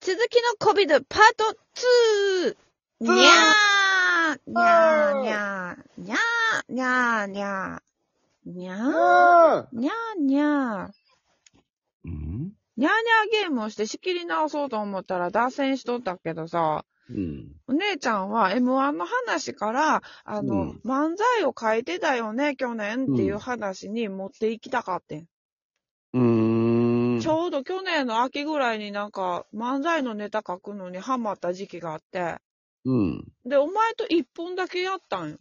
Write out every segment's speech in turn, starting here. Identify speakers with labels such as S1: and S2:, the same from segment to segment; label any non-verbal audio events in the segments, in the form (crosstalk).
S1: 続きの COVID パート 2! にゃーにゃーにゃーにゃーにゃーにゃーにゃー
S2: うん
S1: にゃーにゃー
S3: うん
S1: にゃーにゃーゲームをして仕切り直そうと思ったら脱線しとったけどさ、
S3: うん。
S1: お姉ちゃんは M1 の話から、あの、
S3: うん
S1: 漫才を書いてたよね、去年っていう話に持っていきたかってん。
S3: うーん。
S1: ちょうど去年の秋ぐらいになんか漫才のネタ書くのにハマった時期があって、
S3: うん。
S1: で、お前と一本だけやったんよ。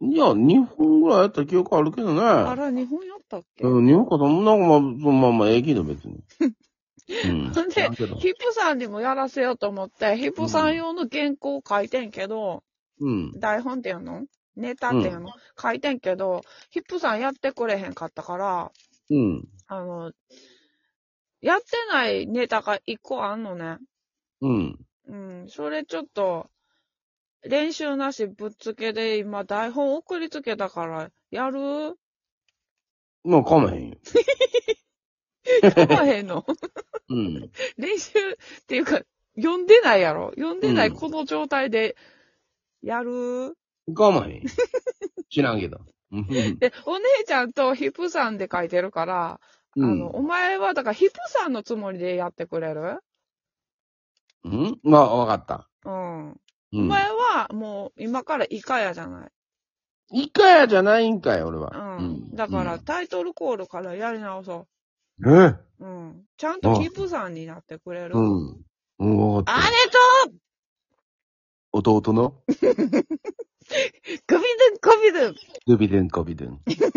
S3: いや、2本ぐらいやった記憶あるけどね。
S1: あら、日本やったっけ、
S3: うん、日本かともなんかまあ、そのまんまええけど別に。う
S1: (laughs)
S3: ん。
S1: ほんで
S3: やけど
S1: ヒップさんにもやらせようと思って、ヒップさん用の原稿を書いてんけど、
S3: うん。
S1: 台本っていうのネタっていうの、書いてんけど、ヒップさんやってくれへんかったから、
S3: うん。
S1: あの、やってないネタが一個あんのね。
S3: うん。
S1: うん、それちょっと、練習なしぶっつけで今台本送りつけたから、や (laughs) る
S3: まあ、かまへんよ。
S1: 読まへんの
S3: うん。
S1: 練習っていうか、読んでないやろ読んでないこの状態で、やる、
S3: かま
S1: (laughs)
S3: へんよ。知らんけど。うん。
S1: で、お姉ちゃんとヒップさんで書いてるから、
S3: う
S1: あ
S3: ん
S1: の、お前はだからヒップさんのつもりでやってくれる
S3: うんまあ、わかった。
S1: うん。
S3: う
S1: お
S3: ん。
S1: 前はもう今からイカやじゃない。
S3: イカヤじゃないんかい、俺
S1: う
S3: は。
S1: ん。だから、タイトルコールからやり直そ
S3: うん。え
S1: う。うん。ちゃんとヒップさんになってくれる。
S3: うん。うん、わかった。
S1: 姉
S3: 弟の
S1: とグビドゥング
S3: ルビデンカビデン。
S1: ビドゥ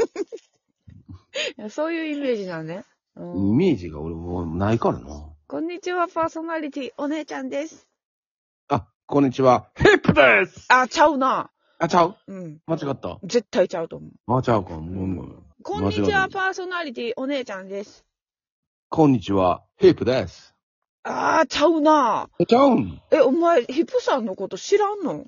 S1: ンそういうイメージなんね。
S3: イ
S1: うん。
S3: メージが俺もうないからな。
S1: こんにちは、パーソナリティ、お姉ちゃんです。
S3: あ、こんにちは。ヒップです
S1: あ、ちゃうな。
S3: あ、ちゃう
S1: うん。
S3: 間違った。
S1: 絶対ちゃうと思う。
S3: あ、ちゃうか。ごめんごめん。
S1: こんにち
S3: 間違
S1: は、
S3: えた
S1: パーソナリティ、お姉ちゃんです。
S3: こんにちは。ヒップです。
S1: あー、ちゃうな。
S3: あちゃ (laughs) うん。
S1: え、お前、ヒップさんのこと知らんの
S3: もう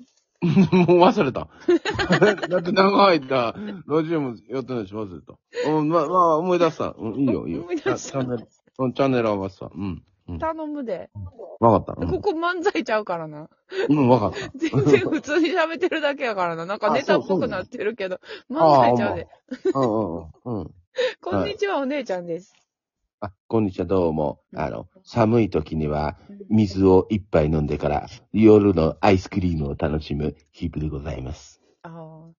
S3: 忘れた。 (laughs) だって長い間、ラジオもやってないし忘れた。うん、ま、まあ、思い出した。うん、いいよ、いいよ。
S1: 思い出した
S3: チャンネル、うんチャンネル合わせた。うん。
S1: 頼むで。
S3: わかった。うん
S1: ここ漫才ちゃうからな。
S3: うん、わかった。
S1: 全然普通に喋ってるだけやからな。なんかネタっぽくなってるけど、漫
S3: あ
S1: 才
S3: そう
S1: ち
S3: そう
S1: ゃ
S3: な
S1: うんで
S3: だ。うん、うん、うんうん。
S1: こんにちは、お姉ちゃんです。
S3: あ、こんにちは、どうも。あの、寒い時には、水を一杯飲んでから、夜のアイスクリームを楽しむヒップでございます。
S1: ああ。も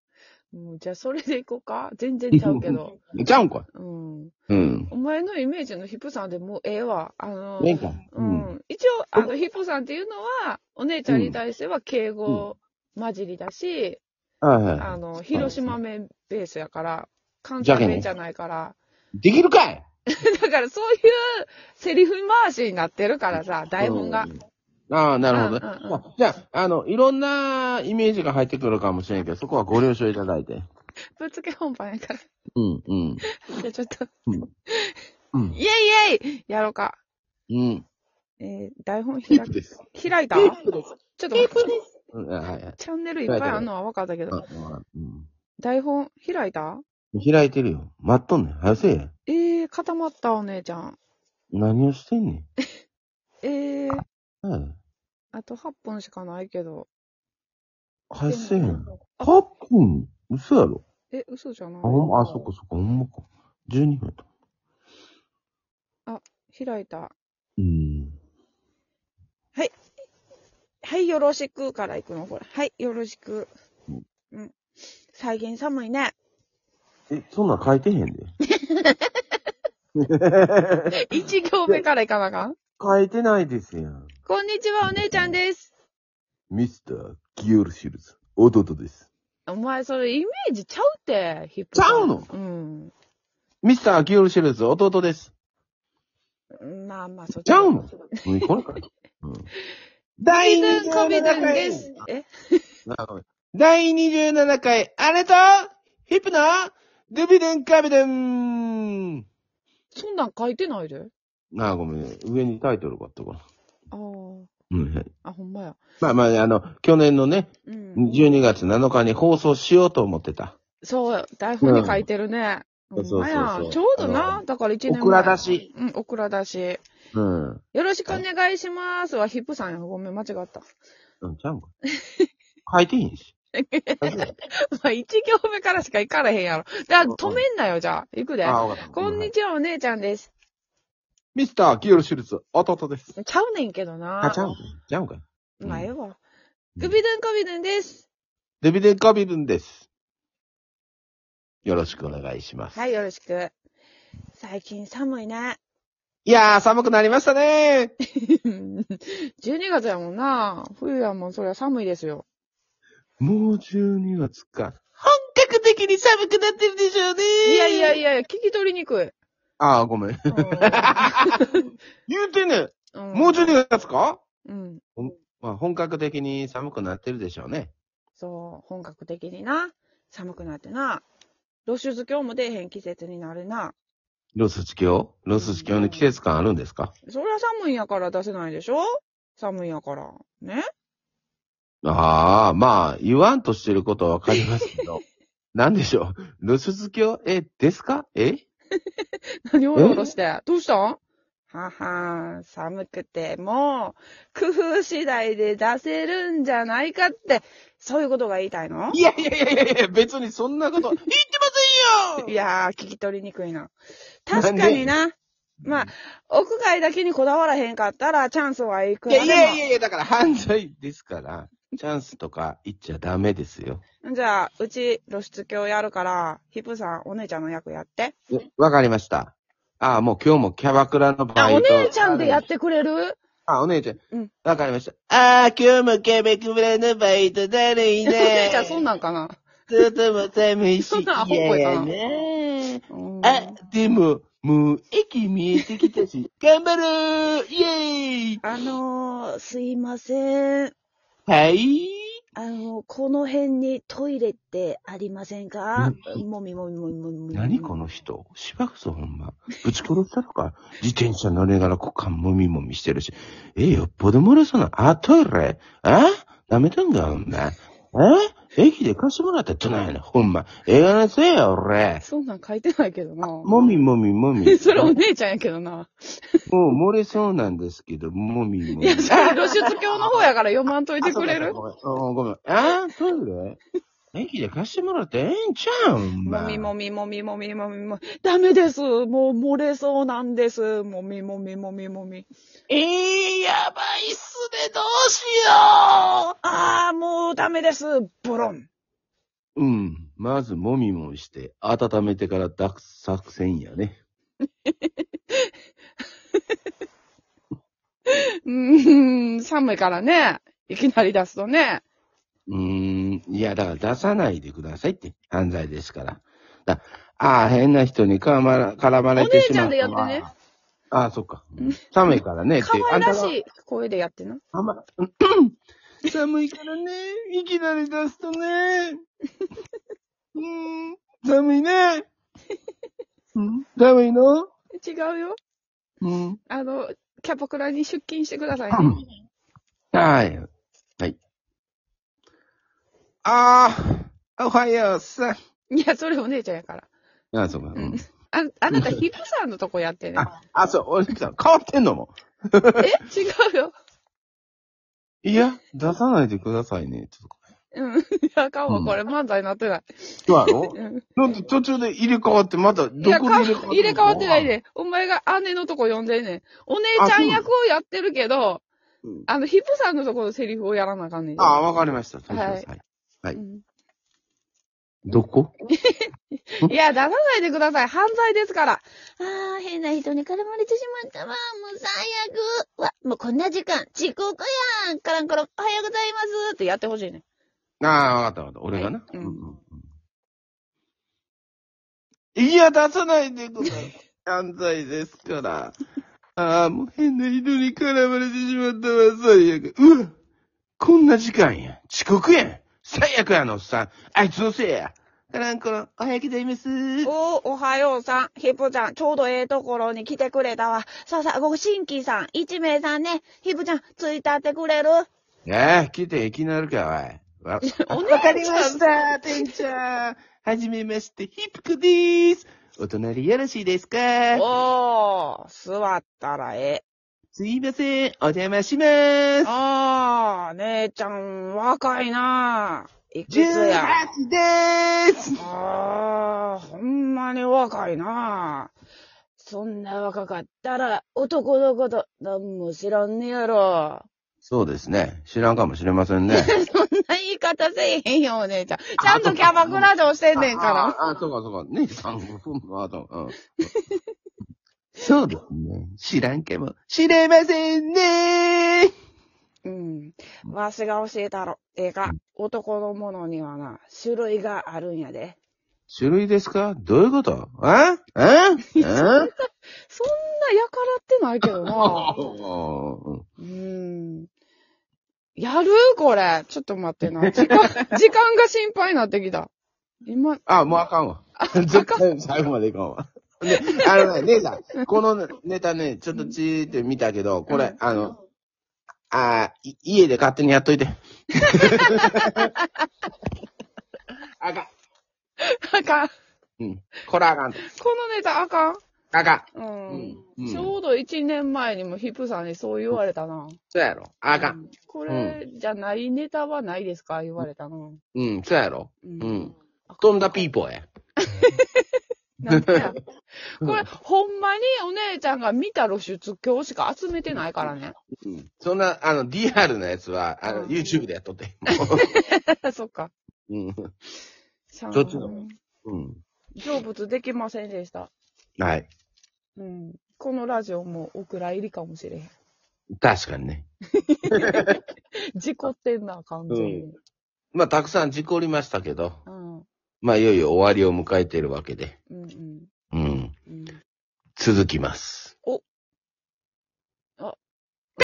S1: うじゃあ、それでいこうか。全然ちゃうけ
S3: (laughs)
S1: ど。
S3: ちゃうんかい
S1: うん。
S3: うん。
S1: お前のイメージのヒップさんでもうええわ。あの、
S3: ねえか。
S1: う
S3: うん。
S1: ん。一応、あの、ヒップさんっていうのは、お姉ちゃんに対しては敬語混じりだし、
S3: はいは
S1: あの、広島弁ベースやから、関
S3: じ
S1: 西
S3: ゃけんね
S1: 弁じゃないから。 (laughs)
S3: い。できるかい
S1: だからそういうセリフ回しになってるからさ、台本が
S3: う。んああ、なるほ
S1: う
S3: どね。
S1: んうんうん
S3: まあじゃあ、あの、いろんなイメージが入ってくるかもしれんけど、そこはご了承いただいて。
S1: ぶっつけ本番やから。
S3: うん、うん。
S1: じゃあちょっと、
S3: うん。
S1: イエイイエイやろうか。
S3: うん。
S1: えー、台本
S3: ヒ
S1: 開
S3: ップです。
S1: 開いたち
S3: ヒ
S1: ょ
S3: ップです。
S1: っと待って、
S3: うん、はいはい。
S1: チャンネルいっぱいあるのは分かったけ
S3: あ
S1: ど、
S3: あう
S1: 台本開いた
S3: ん、開いてるよ。待っとんねん。早せえ。
S1: えー、固まったお姉ちゃん。
S3: 何をしてんね
S1: えー、
S3: ん。はい。
S1: あと8分しかないけど。
S3: 早せえ。8分嘘やろ。
S1: え、嘘じゃない
S3: あ、ほんまあ、そっかそっか、ほんまか。12分やった。
S1: 開いた。
S3: うん。
S1: はい、よろしくから行くのこれ。はい、よろしく。うん。最近寒いね。
S3: え、そんなん書いてへ (laughs) んで。
S1: 1行目から行かなあかん
S3: 書いてないですやん。
S1: こんにちは、お姉ちゃんです。
S3: ミスター・ギオルシルズ、弟です。
S1: お前、それイメージちゃうって、ヒップ
S3: ち
S1: さん
S3: ゃうの
S1: うん。
S3: ミスター・ギオルシルズ、弟です。
S1: まあまあ、そっ
S3: ちゃうのうん、これかい。うん。第
S1: ビドゥンコビドゥンです。え
S3: なるほど第27回、あれと、ヒップの、ドゥビドゥン・カビドゥン。
S1: そんなん書いてないで。
S3: なあ、ごめんね。上にタイトルがあったから。
S1: ああ。
S3: うん、はい。
S1: あ、ほんまや。
S3: まあまあ、あの、去年のね、
S1: うん。
S3: 12月7日に放送しようと思ってた。
S1: そう、台本に書いてるね。
S3: うん
S1: ほんまや
S3: そうそうそう
S1: ちょうど
S3: あ
S1: な、だから1年前。
S3: オクラ出し。
S1: うん、オクラだし。
S3: うん。
S1: よろしくお願いしますはヒップさんや。ごめん、間違った。
S3: うん、ちゃうん (laughs) か。書いていいんし。 (laughs)
S1: まあ、 (laughs) 一行目からしか行かれへんやろ。じゃあ、止めんなよ、じゃあ。行くで。
S3: あ、わかった。
S1: こんにちは、お姉ちゃんです。
S3: ミスター、キヨルシュルツ、弟です。
S1: ちゃうねんけどな。
S3: あ、ちゃうんか。ちゃうんか。
S1: まあ、ええわ。
S3: うん
S1: グビドゥンコビドゥンです。
S3: デビデカビルンです。よろしくお願いします。
S1: はい、よろしく。最近寒いね。 (laughs)
S3: いやー、寒くなりました (laughs) ねー。
S1: 12月やもんな。冬やもん、そりゃ寒いですよ。
S3: もう12月か。本格的に寒くなってるでしょうね
S1: い
S3: ー。
S1: やいや
S3: や。
S1: いや、聞き取りにくい。
S3: あー、ごめん。
S1: (laughs)
S3: 言うてんねん。もう
S1: ょい。
S3: 12月か
S1: うん。
S3: まあ、本格的に寒くなってるでしょうね。
S1: そう、本格的にな。寒くなってな。露出鏡も出えへん季節になるな。
S3: ロス地境ロス地境の季節感あるんですか
S1: そりゃ寒いんやから出せないでしょ寒いんやから。 (laughs) ね
S3: ああ、まあ、言わんとしてることはわかります
S1: (laughs)
S3: けど。なんでしょう。ロス地境え、ですかえ
S1: 何をおろして。どうしたんははーん、寒くて、もう、工夫次第で出せるんじゃないかって、そういうことが言いたいの
S3: いやいやいやいやいや、別にそんな
S1: (laughs)
S3: こと言ってませんよ
S1: いやー、聞き取りにくいな。確かにな。まあ、屋外だけにこだわらへんかったら、チャンスはいく
S3: い
S1: ら
S3: や
S1: でも。
S3: いやいやいや、だから犯罪ですから、チャンスとか言っちゃダメですよ。
S1: じゃあ、うち露出鏡やるから、ヒップさん、お姉ちゃんの役やって。
S3: わかりました。ああ、もう今日もキャバクラの
S1: あ、
S3: バイ
S1: お
S3: ト。
S1: 姉ちゃんでやってくれる
S3: あ、お姉ちゃん。
S1: うん
S3: わかりました。ああ、今日もキャバクラのバイトだねい
S1: お姉 (laughs)
S3: ね。
S1: ちゃん、そんなんかな。
S3: とても寒い
S1: そん
S3: し
S1: なア、ホっぽ
S3: 嫌
S1: いか
S3: や
S1: な
S3: ね。
S1: うん
S3: あ、でも、もう駅見えてきた (laughs) し、頑張ろうイェーイ
S1: あのー、すいません。
S3: はい
S1: あの、この辺にトイレってありませんかもみもみもみもみもみ。
S3: 何この人しばくぞ、ほんま。ぶち殺したのか自転車乗りながら股間もみもみしてるし。え、よっぽど漏れそうな。あ、トイレあダメたんか、お前。え駅で貸してもらったってないのほんま。映画のせえよ、俺。
S1: そんなん書いてないけどな。
S3: もみもみも (laughs) み。
S1: それお姉ちゃんやけどな。
S3: もう漏れそうなんですけど、もみも
S1: い
S3: み。
S1: や、それ露出鏡の方やから読まんといてくれ
S3: あ
S1: る
S3: ごめんうんごめん。あトイレ駅で貸してもらってええんちゃうん
S1: もみも
S3: み。
S1: みもみもみもみもみ。ダメです。もう漏れそうなんです。もみもみもみもみ。
S3: えー、やばいっすね、どうしよ
S1: あー、もうダメです。ボロン。
S3: ううん。まず、もみもみして、温めてから抱く作戦やね。
S1: うーん、寒いからね。いきなり出すとね。
S3: うーん。いや、だから出さないでくださいって。犯罪ですから。だああ、変な人に絡まら絡まれてしまう。
S1: お姉ちゃんでやってね
S3: ああ、そっか。寒いからねって。
S1: 可愛ら
S3: あんたが
S1: しい声でやってな。
S3: あんま、寒いからね、いきなり出すとね、うん、寒いね。うん、寒いの
S1: 違うよ。
S3: うん。
S1: あの、キャバクラに出勤してくださいね。
S3: はい。はい。ああ、おはようさん。
S1: いや、それお姉ちゃんやから。
S3: あ、そうか。うん、
S1: あ、あなた、ヒップさんのとこやってね。
S3: あ、あ、そう、俺さん、変わってんのも。
S1: え違うよ。
S3: いや、出さないでくださいね。ちょっと
S1: うん。いや、あかんわ、これ漫才になってない。
S3: そうやろ
S1: うん
S3: なんで途中で入れ替わって、また、どこ
S1: い
S3: で
S1: や、か
S3: 入れ替わってんの
S1: 入れ替わってない。で。お前が姉のとこ呼んでんねん。お姉ちゃん役をやってるけど
S3: うん、
S1: あの、ヒップさんのとこのセリフをやらなあかんねん。
S3: ああ、わかりました。そうします。はい。はい
S1: うん
S3: どこ
S1: いや、出さないでください。犯罪ですから。ああ、変な人に絡まれてしまったわ。もう最悪。わ、もうこんな時間、遅刻やん。カランカラン、おはようございます。ってやってほしいね。
S3: ああ、わかったわかった。俺がな。
S1: はいうん
S3: いや、出さないでください。犯罪ですから。ああ、もう変な人に絡まれてしまったわ、最悪。うわこんな時間や。遅刻やん。最悪やの、おっさん。あいつのせいや。カランコロン、おはようございます。
S1: おー、おはようさん。ヒップちゃん、ちょうどええところに来てくれたわ。さあさあ、ご新規さん、一名さんね。ヒップちゃん、ついたってくれる
S3: ええ、来ていきなるか、おい。わ、
S1: (laughs) お
S3: わか
S1: 願い
S3: り
S1: し
S3: ま
S1: ます
S3: し。た、店長。はじめまして、ヒップコでーす。お隣よろしいですか
S1: おー、座ったらええ。
S3: すいません、お邪魔しまーす。
S1: あー、姉ちゃん、若いなぁ。いくつや。
S3: 18でーす。
S1: あー、ほんまに若いなぁ。そんな若かったら、男のこと、なんも知らんねやろ。
S3: そうですね。知らんかもしれませ (laughs) んね。
S1: そんな言い方せえへんよ、お姉ちゃん。ちゃんとキャバクラで押してんねんから。
S3: あ、あそうかそうか。姉さん、うんあと、うん。 (laughs) そうですね。知らんけど、知れませんねー。
S1: うん。わしが教えたろ。ええか、男のものにはな、種類があるんやで。
S3: 種類ですかどういうことえ (laughs) ええ
S1: そんなやからってないけど (laughs) な。
S3: (laughs) う
S1: うん。やるこれ。ちょっと待ってな。時間、時間が心配になってきた。今、
S3: あ、もうあかんわ。絶対最後までいかんわ。ね、あのね、姉さ (laughs) ん、このネタね、ちょっとチーって見たけど、これ、あの、あーい家で勝手にやっと (laughs) いて。あかん。
S1: あかん。
S3: うん。これあかん。
S1: このネタあかん。
S3: あかん。
S1: うん。
S3: うん
S1: ちょうど1年前にもヒップさんにそう言われたな。
S3: そうやろ。あか。
S1: うんん。これじゃないネタはないですか言われたな。う
S3: うん、そうやろ。
S1: ん
S3: うん。飛んだピーポーや。
S1: なんでやこれ、ほんまにお姉ちゃんが見た露出鏡しか集めてないからね。 (laughs)
S3: うん。そんな、あの、リアルなやつは、あ
S1: う
S3: の、
S1: ん
S3: YouTube でやっとって。
S1: そっか。
S3: もう
S1: そ
S3: どっちなのうん。
S1: 成仏できませんでした。
S3: うん。はい。
S1: うん。このラジオもお蔵入りかもしれへん。
S3: 確かにね。
S1: 事故ってんな、完全に。
S3: まあ、たくさん事故りましたけど、
S1: うん。うん
S3: まあ、いよいよ終わりを迎えているわけで、
S1: うん。
S3: うん。
S1: うん
S3: 続きます。